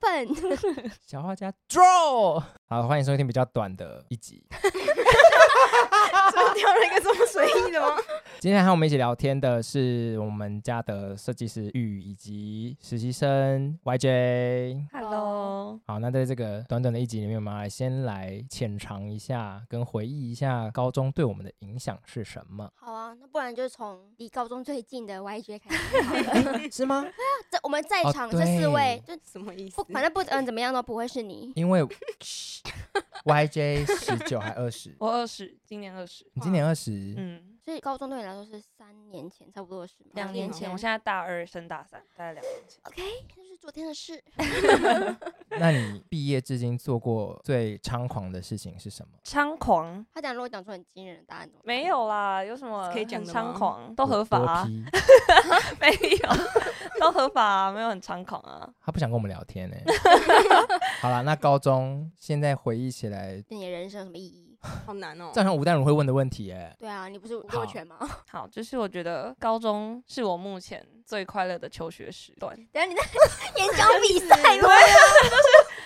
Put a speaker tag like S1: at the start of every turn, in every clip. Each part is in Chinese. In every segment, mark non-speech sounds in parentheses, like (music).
S1: 笨，
S2: 小画家 draw。好，欢迎收听比较短的一集。
S3: 丢了一个 (laughs) 这么随意的吗？
S2: (laughs) 今天和我们一起聊天的是我们家的设计师玉以及实习生 YJ。
S3: Hello，
S2: 好，那在这个短短的一集里面，我们来先来浅尝一下，跟回忆一下高中对我们的影响是什
S3: (laughs)
S2: 么
S1: (laughs) ？好啊，那不然就从离高中最近的 YJ 开始好了。
S2: 是吗？
S1: (laughs) 这我们在
S2: 哦
S1: 场这四位，就
S3: 什么意思？
S1: 不反正不嗯怎么样都不会是你。
S2: 因为 YJ 十九还二
S3: (laughs)
S2: 十，
S3: 我二十，今年二十，
S2: 你今年二十，
S3: 嗯，
S1: 所以高中对你来说是三年前，差不多是吗
S3: 两
S1: 年
S3: 年前，我现在大二升大三，大概两年前。
S1: OK，那就是昨天的事。
S2: 那你毕业至今做过最猖狂的事情是什么？
S3: 猖狂
S1: 他讲如果讲出很惊人的答案怎么办
S3: 没？有啦，有什么
S4: 可以讲
S3: 很
S4: 的
S3: 猖
S4: 吗
S3: 狂都合法
S2: 多
S3: 啊，
S2: 批
S3: (laughs) 没有都合法啊，没有很猖狂啊。
S2: 他不想跟我们聊天呢、好啦，那高中现在回忆起来，
S1: 对你的人生有什么意义？
S4: 好难哦
S2: 这。好像吴淡如会问的问题哎、
S1: 对啊，你不是吴
S2: 好
S1: 若权吗？
S3: (laughs) 好，就是我觉得高中是我目前最快乐的求学时段。
S1: 等一下你在演讲比赛
S3: (laughs)
S1: 吗？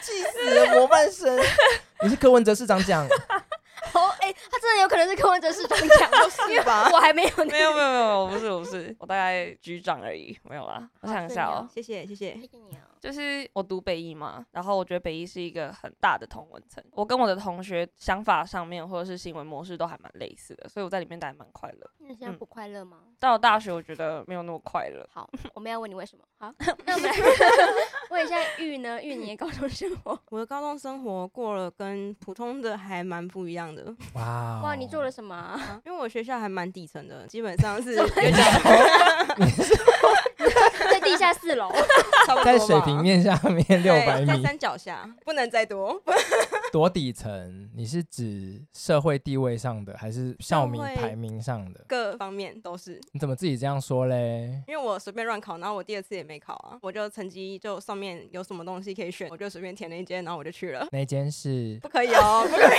S2: 气死模范生！ (laughs) 你是柯文哲市长讲，
S1: (laughs) 哦，哎，他真的有可能是柯文哲市长讲，
S3: (laughs)
S1: 是吧？我还没有那个，
S3: 没有没有没有，我不是我不是，我大概局长而已，没有啦。我
S1: 好
S3: 想一
S1: 是
S3: 下
S1: 你
S3: 哦、
S1: 哦
S4: 谢谢谢谢
S1: 谢，谢你啊。
S3: 就是我读北艺嘛，然后我觉得北艺是一个很大的同文层，我跟我的同学想法上面或者是行为模式都还蛮类似的，所以我在里面待得蛮快乐。
S1: 那你现在
S3: 嗯
S1: 不快乐吗？
S3: 到了大学，我觉得没有那么快乐。
S1: 好，我们要问你为什么。好， (laughs) 那我们来问 (laughs) 一下玉呢？玉你的高中生活，
S4: 我的高中生活过了跟普通的还蛮不一样的，
S2: 哇哦
S1: 哇，你做了什么 (laughs) 啊？
S4: 因为我学校还蛮底层的，基本上 (laughs) 是
S1: 在地下四楼，
S4: 差不多吧
S2: 在水平面下面六百
S4: 对在
S2: 米，
S4: 山脚下，不能再多。
S2: 多底层。你是指社会地位上的，还是校名
S4: 社会
S2: 排名上的？
S4: 各方面都是，
S2: 你怎么自己这样说嘞？
S4: 因为我随便乱考，然后我第二次也没考啊，我就成绩就上面有什么东西可以选，我就随便填了一间，然后我就 (laughs) 去了。
S2: 那间是
S4: 不可以哦， (laughs) 不可以。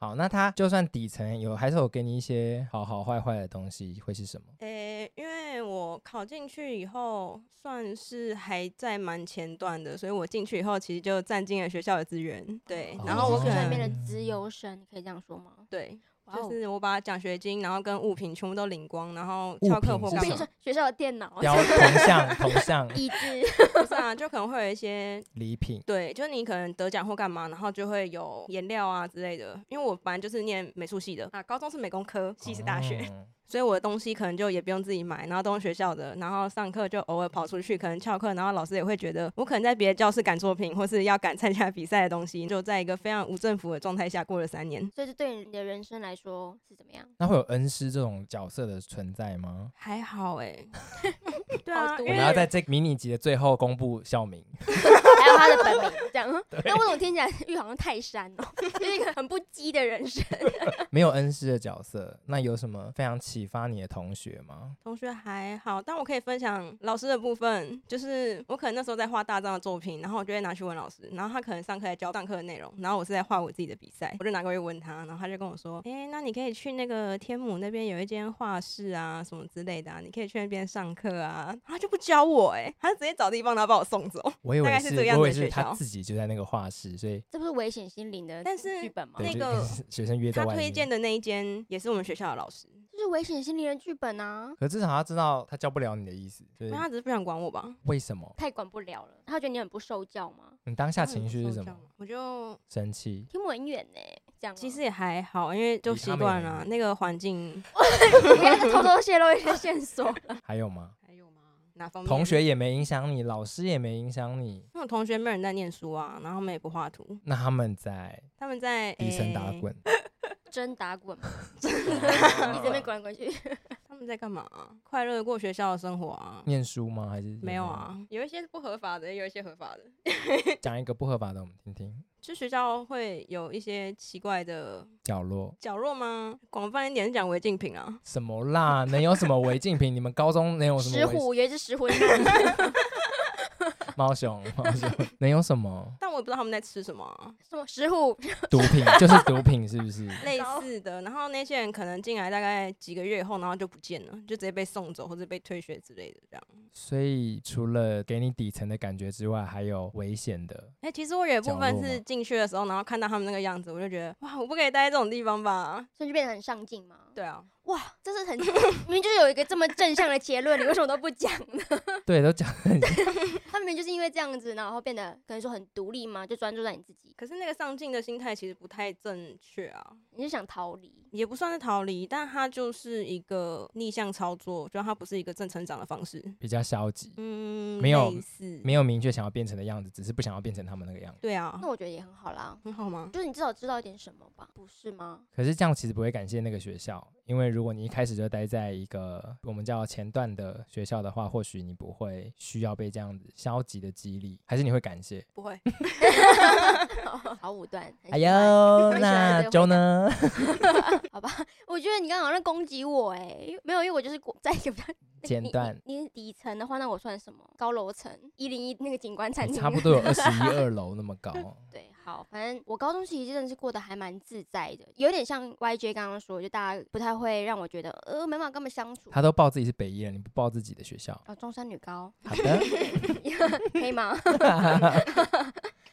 S2: 好，那他就算底层有，还是有给你一些好好坏坏的东西，会是什么？
S4: 诶、因为我考进去以后算是还在蛮前段的，所以我进去以后其实就占尽了学校的资源。对
S2: 哦，
S4: 然后我
S1: 哎你
S4: 可
S1: 是学校里面
S4: 能
S1: 的资优生，可以这样说吗？
S4: 对，
S1: 哇
S4: 就
S1: 哦，
S4: 是我把奖学金，然后跟物品全部都领光，然后
S2: 物
S4: 翘课
S2: 品
S4: 或
S1: 哦 (laughs)
S2: 是
S4: 干
S2: 什
S4: 嘛
S2: 么？
S1: 学校的电
S4: 哦
S1: 脑、
S4: (laughs)
S2: 雕铜像、铜像、
S1: 椅子， (laughs)
S4: 不是啊，就可能会有一些
S2: 礼品。
S4: 对，就是你可能得奖或干嘛，然后就会有颜料啊之类的。因为我本来就是念美术系的啊，高中是美工科，系是大学，
S2: 哦
S4: 所以我的东西可能就也不用自己买，然后都用学校的，然后上课就偶尔跑出去，可能翘课，然后老师也会觉得我可能在别的教室赶作品，或是要赶参加比赛的东西，就在一个非常无政府的状态下过了三年，
S1: 所以这对你的人生来说是怎么样？
S2: 那会有恩师这种角色的存在吗？
S4: 还好哎、 (laughs) 对
S1: 好
S4: 啊，
S1: 多
S4: 因
S2: 我
S4: 为
S2: 们要在这迷你集的最后公布校名。
S1: 还有他的本名这样？那我怎么听起来玉好像泰山哦， (laughs) 就是一个很不羁的人生。
S2: 没有恩师的角色，那有什么非常启发你的同学吗？
S4: 同学还好，但我可以分享老师的部分，就是我可能那时候在画大张的作品，然后我就会拿去问老师，然后他可能上课在教上课的内容，然后我是在画我自己的比赛，我就拿过去问他，然后他就跟我说，哎、那你可以去那个天母那边有一间画室啊，什么之类的、啊，你可以去那边上课啊，他就不教我、哎，他就直接找地方然后把我送走，
S2: 我以
S4: 大
S2: 为
S4: 概是
S2: 是，
S4: 这个样子的
S2: 我以为是
S4: 学校
S2: 他自己就在那个画室，所以
S1: 这不是危险心灵的
S4: 但是
S1: 剧本吗？
S2: 对 (laughs)
S4: 那
S2: 就
S4: 个
S2: 跟学生约在
S4: 他
S2: 外
S4: 推荐
S2: 面。
S4: 的那一间也是我们学校的老师，
S1: 这是危险心灵的剧本啊，
S2: 可至少他知道他教不了你的意思，就是
S4: 那他只是不想管我吧。
S2: 为什么？
S1: 太管不了了。他觉得你很不受教吗？
S2: 你当下情绪是什么
S4: 他很受教？嘛？我就
S2: 生气。
S1: 听我很远呢、这样吗啊
S4: 其实也还好，因为就
S2: 离他
S4: 习
S2: 们
S4: 惯
S2: 也很
S4: 了
S2: 远
S4: 那个环境。
S1: 你看偷偷泄露一些线索
S4: 啊
S1: 了。
S2: 还有吗？
S4: 还有吗？哪方面？
S2: 同学也没影响你，老师也没影响你，
S4: 那种同学没有人在念书啊，然后他们也不画图，
S2: 那他们在
S4: 他们在
S2: 底层打
S4: 诶
S2: 滚。
S1: (laughs) 真打滚 (laughs) 吗，你这边
S2: 哦
S1: 滚来滚去，
S4: 他们在干嘛啊、快乐地过学校的生活啊？
S2: 念书吗？还是
S4: 没有？啊，有一些是不合法的，也有一些合法的。
S2: 讲一个不合法的，我们听听。
S4: 就学校会有一些奇怪的
S2: 角落
S4: 角落吗？广泛一点是讲违禁品啊，
S2: 什么啦？能有什么违禁品？你们高中能有
S4: (laughs)
S2: 什么
S1: 石
S2: 违？
S1: 虎有一只石虎在那里，
S2: 猫熊，猫熊能有什么？
S4: 但我也不知道他们在吃什么啊、
S1: 什么石虎？
S2: 毒品就是毒品，是不是？
S4: 类似的。然后那些人可能进来大概几个月以后，然后就不见了，就直接被送走或者被退学之类的这样。
S2: 所以除了给你底层的感觉之外，还有危险的。
S4: 哎、其实我有一部分
S2: 角落
S4: 是
S2: 吗
S4: 进去的时候，然后看到他们那个样子，我就觉得哇，我不可以待在这种地方吧？
S1: 所以就变得很上进嘛。
S4: 对啊，
S1: 哇，这是很明明就是有一个这么正向的结论，你为什么都不讲呢？ (laughs)
S2: 对，都讲得很
S1: 他明明就是因为这样子，然后变得可能说很独立嘛，就专注在你自己，
S4: 可是那个上进的心态其实不太正确啊，
S1: 你就想逃离。
S4: 也不算是逃离，但它就是一个逆向操作，就它不是一个正成长的方式。
S2: 比较消极，
S4: 嗯，
S2: 没有
S4: 类似，
S2: 没有明确想要变成的样子，只是不想要变成他们那个样子。
S4: 对啊
S1: 那，我觉得也很好啦，
S4: 很好吗？
S1: 就是你至少知道一点什么吧，不是 (laughs) 吗？
S2: 可是这样其实不会感谢那个学校，因为如果你一开始就待在一个我们叫前段的学校的话，或许你不会需要被这样子消极的激励，还是你会感谢。
S4: 不
S2: (laughs)
S4: 会，
S1: 好武断。很
S2: 哎
S1: 喜
S2: 呦
S1: 欢，很喜欢这个
S2: (laughs) 那
S1: 回答
S2: 周 (laughs) 呢？
S1: 我觉得你刚刚好像攻击我哎、因为没有，因为我就是过 (laughs) 在一个比较那
S2: 简
S1: 你
S2: 短
S1: 你你底层的话，那我算什么？高楼层一零一那个景观餐
S2: 你
S1: 厅，
S2: 哎差不多 (laughs) 有二十一二楼那么 (laughs) 高，
S1: 对，好， (laughs) 反正我高中其实真的是过得还蛮自在的，有点像 YJ 刚刚说，就大家不太会让我觉得呃没办法跟他们相处。
S2: 他都报自己是北一人，你不报自己的学 (laughs) 校？
S1: 哦，中山女高
S2: 好的，
S1: (laughs) 可以吗？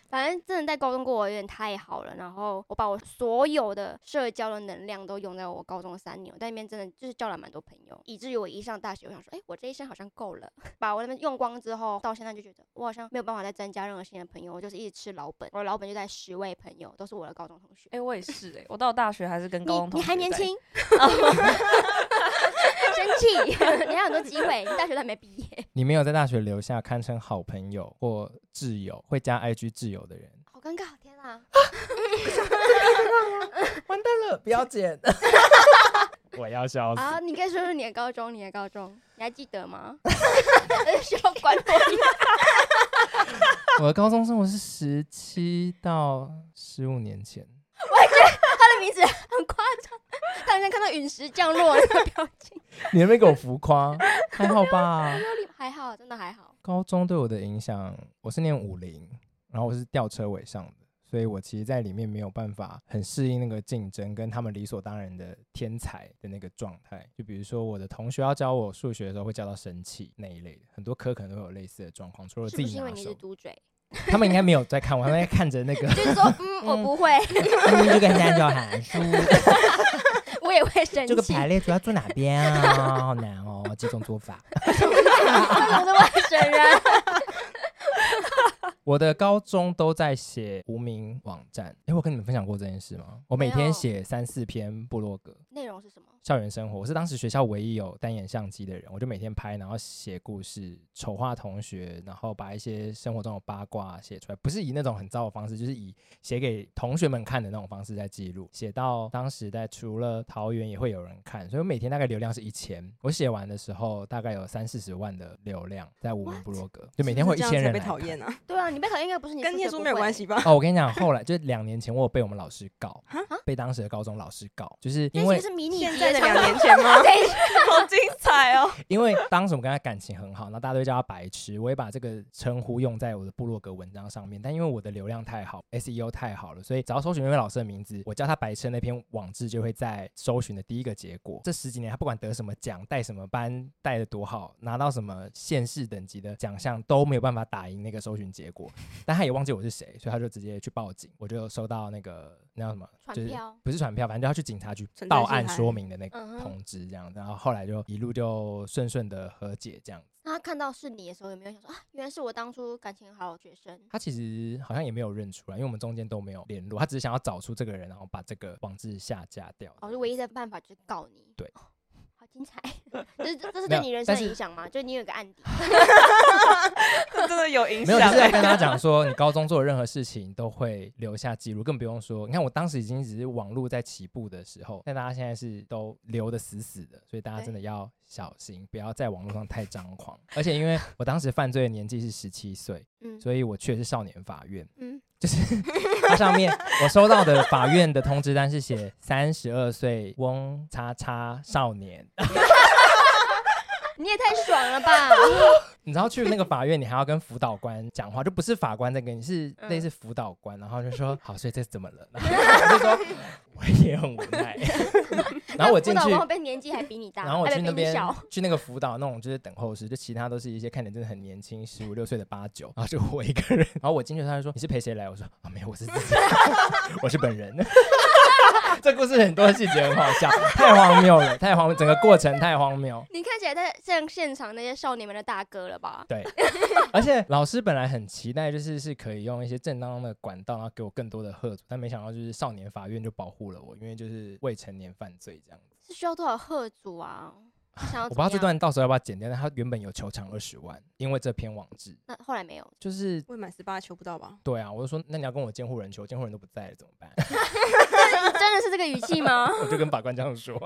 S1: 反正真的在高中过得有点太好了，然后我把我所有的社交的能量都用在我高中三年，我在那边真的就是交了蛮多朋友，以至于我一上大学，我想说，哎、我这一生好像够了， (laughs) 把我那边用光之后，到现在就觉得我好像没有办法再增加任何新的朋友，我就是一直吃老本，我的老本就在十位朋友，都是我的高中同学。
S3: 哎、我也是哎、我到大学还是跟高中
S1: (laughs) 你你
S3: 同学
S1: 还年 (laughs)
S3: 在
S1: 轻，啊生气， (laughs) 你还有很多机会，你大学都还没毕业。
S2: 你没有在大学留下堪称好朋友或挚友，会加 IG 挚友的人，
S1: 好尴尬，天啊！
S2: 完蛋 (laughs) 了，不要 (laughs) 剪，我要笑死。
S1: 啊，你可以说说你的高中，你的高中，你还记得
S4: (laughs)
S1: 吗？需要管我一下
S2: 我的高中生活是十七到十五年前，
S1: 他的名字很夸张，他好像看到陨石降落那个表情。 (laughs)
S2: 你能不能给我浮夸？还好吧。
S1: 还好，真的还好。
S2: 高中对我的影响，我是念五零，然后我是吊车尾上的，所以我其实在里面没有办法很适应那个竞争跟他们理所当然的天才的那个状态。就比如说我的同学要教我数学的时候，会教到生气那一类的，很多科可能会有类似的状况。除了我
S1: 是
S2: 自
S1: 不
S2: 己
S1: 是因为
S2: 拿
S1: 你是
S2: 手，
S1: 嘟嘴？，
S2: 他们应该没有在看我，他们在看着那个
S1: 就是说，嗯，我不
S4: (laughs)
S1: 会，
S2: 嗯，这个三
S1: (laughs)
S2: 角函数，
S1: 我也会生气。
S2: 列主要做哪边啊？
S1: (laughs)
S2: 好难哦，几种做法。
S1: 我是外省人。 (laughs)
S2: 我的高中都在写无名网站，诶，我跟你们分享过这件事吗？我每
S1: 没有
S2: 天写三四篇部落格
S1: 内容是什么？
S2: 校园生活，我是当时学校唯一有单眼相机的人，我就每天拍，然后写故事，丑化同学，然后把一些生活中的八卦写出来，不是以那种很糟的方式，就是以写给同学们看的那种方式在记录，写到当时在除了桃园也会有人看，所以我每天大概流量是一千，我写完的时候大概有三四十万的流量在无名部落格，就每天会有一
S4: 是不
S2: 千
S4: 是这样才
S2: 人
S4: 被
S2: 来
S4: 讨
S2: 看。
S4: 厌啊，
S1: 对啊，你被讨厌应该不是你
S4: 跟念
S1: 念
S4: 书没有关。系 (laughs) 吧？
S2: 哦，我跟你讲，后来就两年前，我有被我们老师告，被当时的高中老师告，就是
S1: 那
S2: 因为
S1: 其实是迷你
S4: 现
S1: 级
S4: 在的
S1: 差不
S4: 两
S1: 多
S4: 年前
S1: (laughs)
S4: 吗？
S1: 对，
S3: (laughs) 好精彩哦！
S2: 因为当时我们跟他感情很好，那大家都会叫他白痴，我也把这个称呼用在我的部落格文章上面。但因为我的流量太好，SEO 太好了，所以只要搜寻那位老师的名字，我叫他白痴的那篇网志就会在搜寻的第一个结果。这十几年，他不管得什么奖，带什么班，带的多好，拿到什么县市等级的奖项都没有办法打赢那个搜寻结
S4: (laughs)
S2: 果。但他也忘记我是谁，所以他就直接去报警，我就收到那个那叫什么，
S1: 传
S2: 就是
S1: 票
S2: 不是传票，反正就要去警察局
S4: 存证
S2: 报
S4: 信
S2: 案
S4: 函
S2: 说明的那个
S1: 嗯哼
S2: 通知这样，然后后来就一路就顺顺的和解这样子。
S1: 那他看到是你的时候，有没有想说啊，原来是我当初感情好的学生？
S2: 他其实好像也没有认出来，因为我们中间都没有联络，他只是想要找出这个人，然后把这个网志下架掉。
S1: 哦，就唯一的办法就是告你。
S2: 对
S1: 哦，好精彩！ (laughs) 这是这是对
S2: 没有
S1: 你人生
S2: 但
S1: 的
S2: 是
S1: 影响吗？就你有一个案底，
S3: 这真的有影
S2: 没有，
S3: 响、
S2: 就是
S1: (laughs)
S2: 要
S3: 欸。
S2: 跟他讲说，你高中做的任何事情都会留下记录，更不用说，你看我当时已经只是网络在起步的时候，但大家现在是都留的死死的，所以大家
S1: 对
S2: 真的要小心，不要在网络上太张狂。而且因为我当时犯罪的年纪是十七岁，
S1: 嗯
S2: 所以我去的是少年法院，
S1: 嗯，
S2: 它上面我收到的法院的通知单是写三十二岁翁叉叉少年，
S1: 啊你也太爽了吧！
S2: (laughs) 你知道去那个法院，你还要跟辅导官讲话，就不是法官在跟你，是
S1: 嗯
S2: 类似辅导官，然后就说好，所以这怎么了？ (laughs) 然后我就说 (laughs) 我也很无奈。 (laughs) (laughs) 然后我进
S1: 辅导
S2: 去
S1: 官，会不会年纪还比你大，
S2: 然后我
S1: 还
S2: 去
S1: 比
S2: 那
S1: 你
S2: 边
S1: 小，
S2: 去那个辅导那种就是等候室，就其他都是一些看起来真的很年轻，十五六岁的八九，然后就我一个人。 (laughs) 然后我进去，他就说你是陪谁来？我说啊没有，我是自己， (laughs) 我是本人。 (laughs) 这故事很多细节很好笑，太荒谬了，太荒谬，整个过程太荒谬。
S1: 你看起来在像现场那些少年们的大哥了吧？
S2: 对， (laughs) 而且老师本来很期待，就是是可以用一些正当的管道，然后给我更多的贺主，但没想到就是少年法院就保护了我，因为就是未成年犯罪这样子。
S1: 是需要多少贺主啊？是想要
S2: 我
S1: 怎
S2: 不知
S1: 么
S2: 道这
S1: 样
S2: 段到时候要不要剪掉，但他原本有求偿二十万，因为这篇网志
S1: 那后来没有，
S2: 就是。
S4: 未满十八求不到吧？
S2: 对啊，我就说，那你要跟我监护人求，监护人都不在了怎么办？ (laughs)
S1: 真的是这个语气吗？ (laughs)
S2: 我就跟法官这样 (laughs) 说。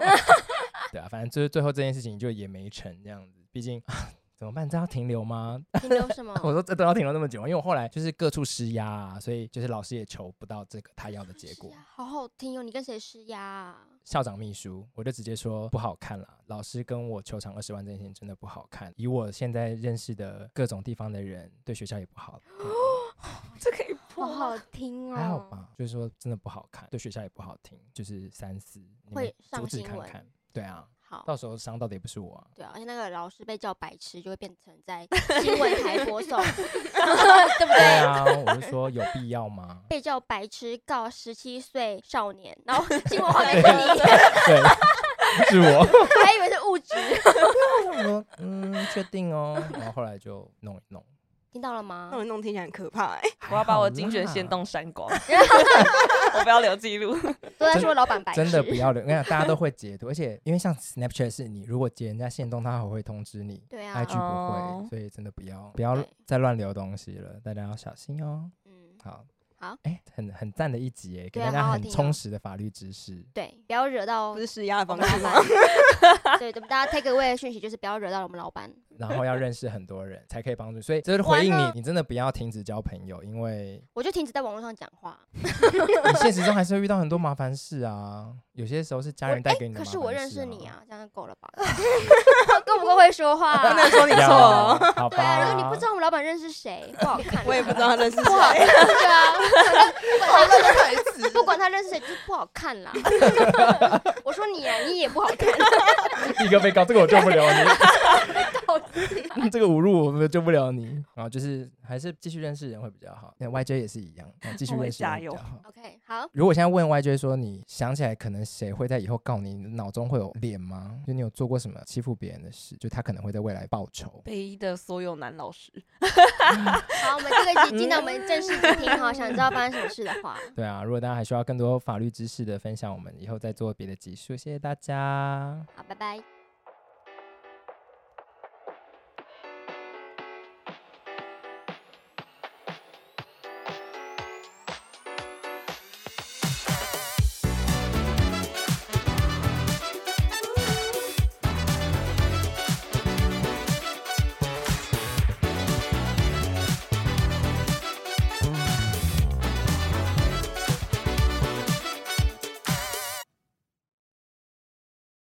S2: 对啊，反正就是最后这件事情就也没成这样子，毕竟、怎么办？这要停留吗？ (laughs)
S1: 停留什么？
S2: 我说这都要停留那么久吗，因为我后来就是各处施压、啊，所以就是老师也求不到这个他要的结
S1: 施
S2: 果。
S1: 压好好听哦，你跟谁施压、啊？
S2: 校长秘书，我就直接说不好看了。老师跟我求偿二十万这件事情真的不好看，以我现在认识的各种地方的人，对学校也不
S1: (gasps)
S2: 好。
S3: (laughs) 这可以
S1: 好
S3: 破吗
S1: 好听哦，
S2: 还好？吧，就是说真的不好看，对学校也不好听，就是三思，你们
S1: 会上
S2: 阻止
S1: 新
S2: 看
S1: 闻哦
S2: 看。对啊，
S1: 好，
S2: 到时候伤到的也不是我啊。
S1: 对啊，而且那个老师被叫白痴，就会变成
S4: (laughs)
S1: 在新闻台播送，对不
S2: 对
S1: 对？
S2: 啊，我就说有必要吗
S1: (laughs) ？被叫白痴告十七岁少年，然
S4: (laughs)
S1: 后新闻画面是你，
S2: 对，
S1: (laughs)
S2: 是我。
S1: 还以为是物质，
S2: 我说嗯，确定哦。然后后来就弄一弄，
S1: 听到了吗
S4: 那？我弄听起来很可怕哎、
S3: 我要把我精
S2: 精
S3: 选
S2: 选
S3: 先。动删
S1: (laughs)
S3: 光， (laughs) 我不要留记录。
S1: 都在
S2: 真
S1: 说老板白痴，
S2: 真的不要
S3: (laughs)
S2: 留，我跟你讲，大家都会截图，而且因为像 Snapchat 是你如果截人家限动，他还会通知你、
S1: 对
S2: i
S1: 啊
S2: g，不会，
S3: 哦
S2: 所以真的不要不要
S1: 对
S2: 再乱留东西了，大家要小心哦。
S1: 嗯，
S2: 好，
S1: 好，
S2: 哎、很很赞的一集耶，给
S1: 对啊
S2: 大
S1: 好
S2: 家
S1: 好
S2: 很
S1: 听哦
S2: 充实的法律知识。
S1: 对，不要惹到
S4: 不是施压的
S1: 我
S4: 方
S1: 们
S4: 式
S1: 老
S4: 吗？
S1: 板。 (laughs) 对，对，大家 take away 的讯息就是不要惹到我们老板。
S2: 然后要认识很多人，才可以帮助你。所以这是回应
S1: 完
S2: 你
S1: 了，
S2: 你真的不要停止交朋友，因为
S1: 我就停止在网络上讲话。
S2: 你现实中还是会遇到很多麻烦事啊。有些时候是家
S1: 我
S2: 人带
S1: 诶
S2: 给你的、
S1: 可是我认识你，啊，这样就够了
S4: (laughs)
S1: 吧？ (laughs) 够不够会说话、啊
S4: 不能说你
S2: 要
S4: 错哦，
S2: 好吧？
S1: 对啊，如果你不知道我们老板认识谁，不好看。啊
S4: 我也不知道他认识
S1: 不好
S4: 谁。
S1: 看啊！不管他认识谁，不管他认识谁，就是不好看啦。我说你啊，你也不好看，
S2: 立刻被告，这个我救不了
S1: 告
S2: 你， (laughs) 这个侮辱我们救不了你。然后就是还是继续认识人会比较好。那 YJ 也是一样，嗯继续
S3: 我会
S2: 认识人
S3: 加
S2: 比
S3: 油
S2: 较好。
S1: OK，好，
S2: 如果现在问 YJ 说你想起来可能谁会在以后告你，你脑中会有脸吗？就你有做过什么欺负别人的事，就他可能会在未来报仇。
S3: 北一的所有男老师，
S1: 好，我们这个集进到我们正式集听哈，想知道发生什么事的话，
S2: 对啊，如果大家还需要更多法律知识的分享，我们以后再做别的集数。谢谢大家。
S1: 好，拜拜。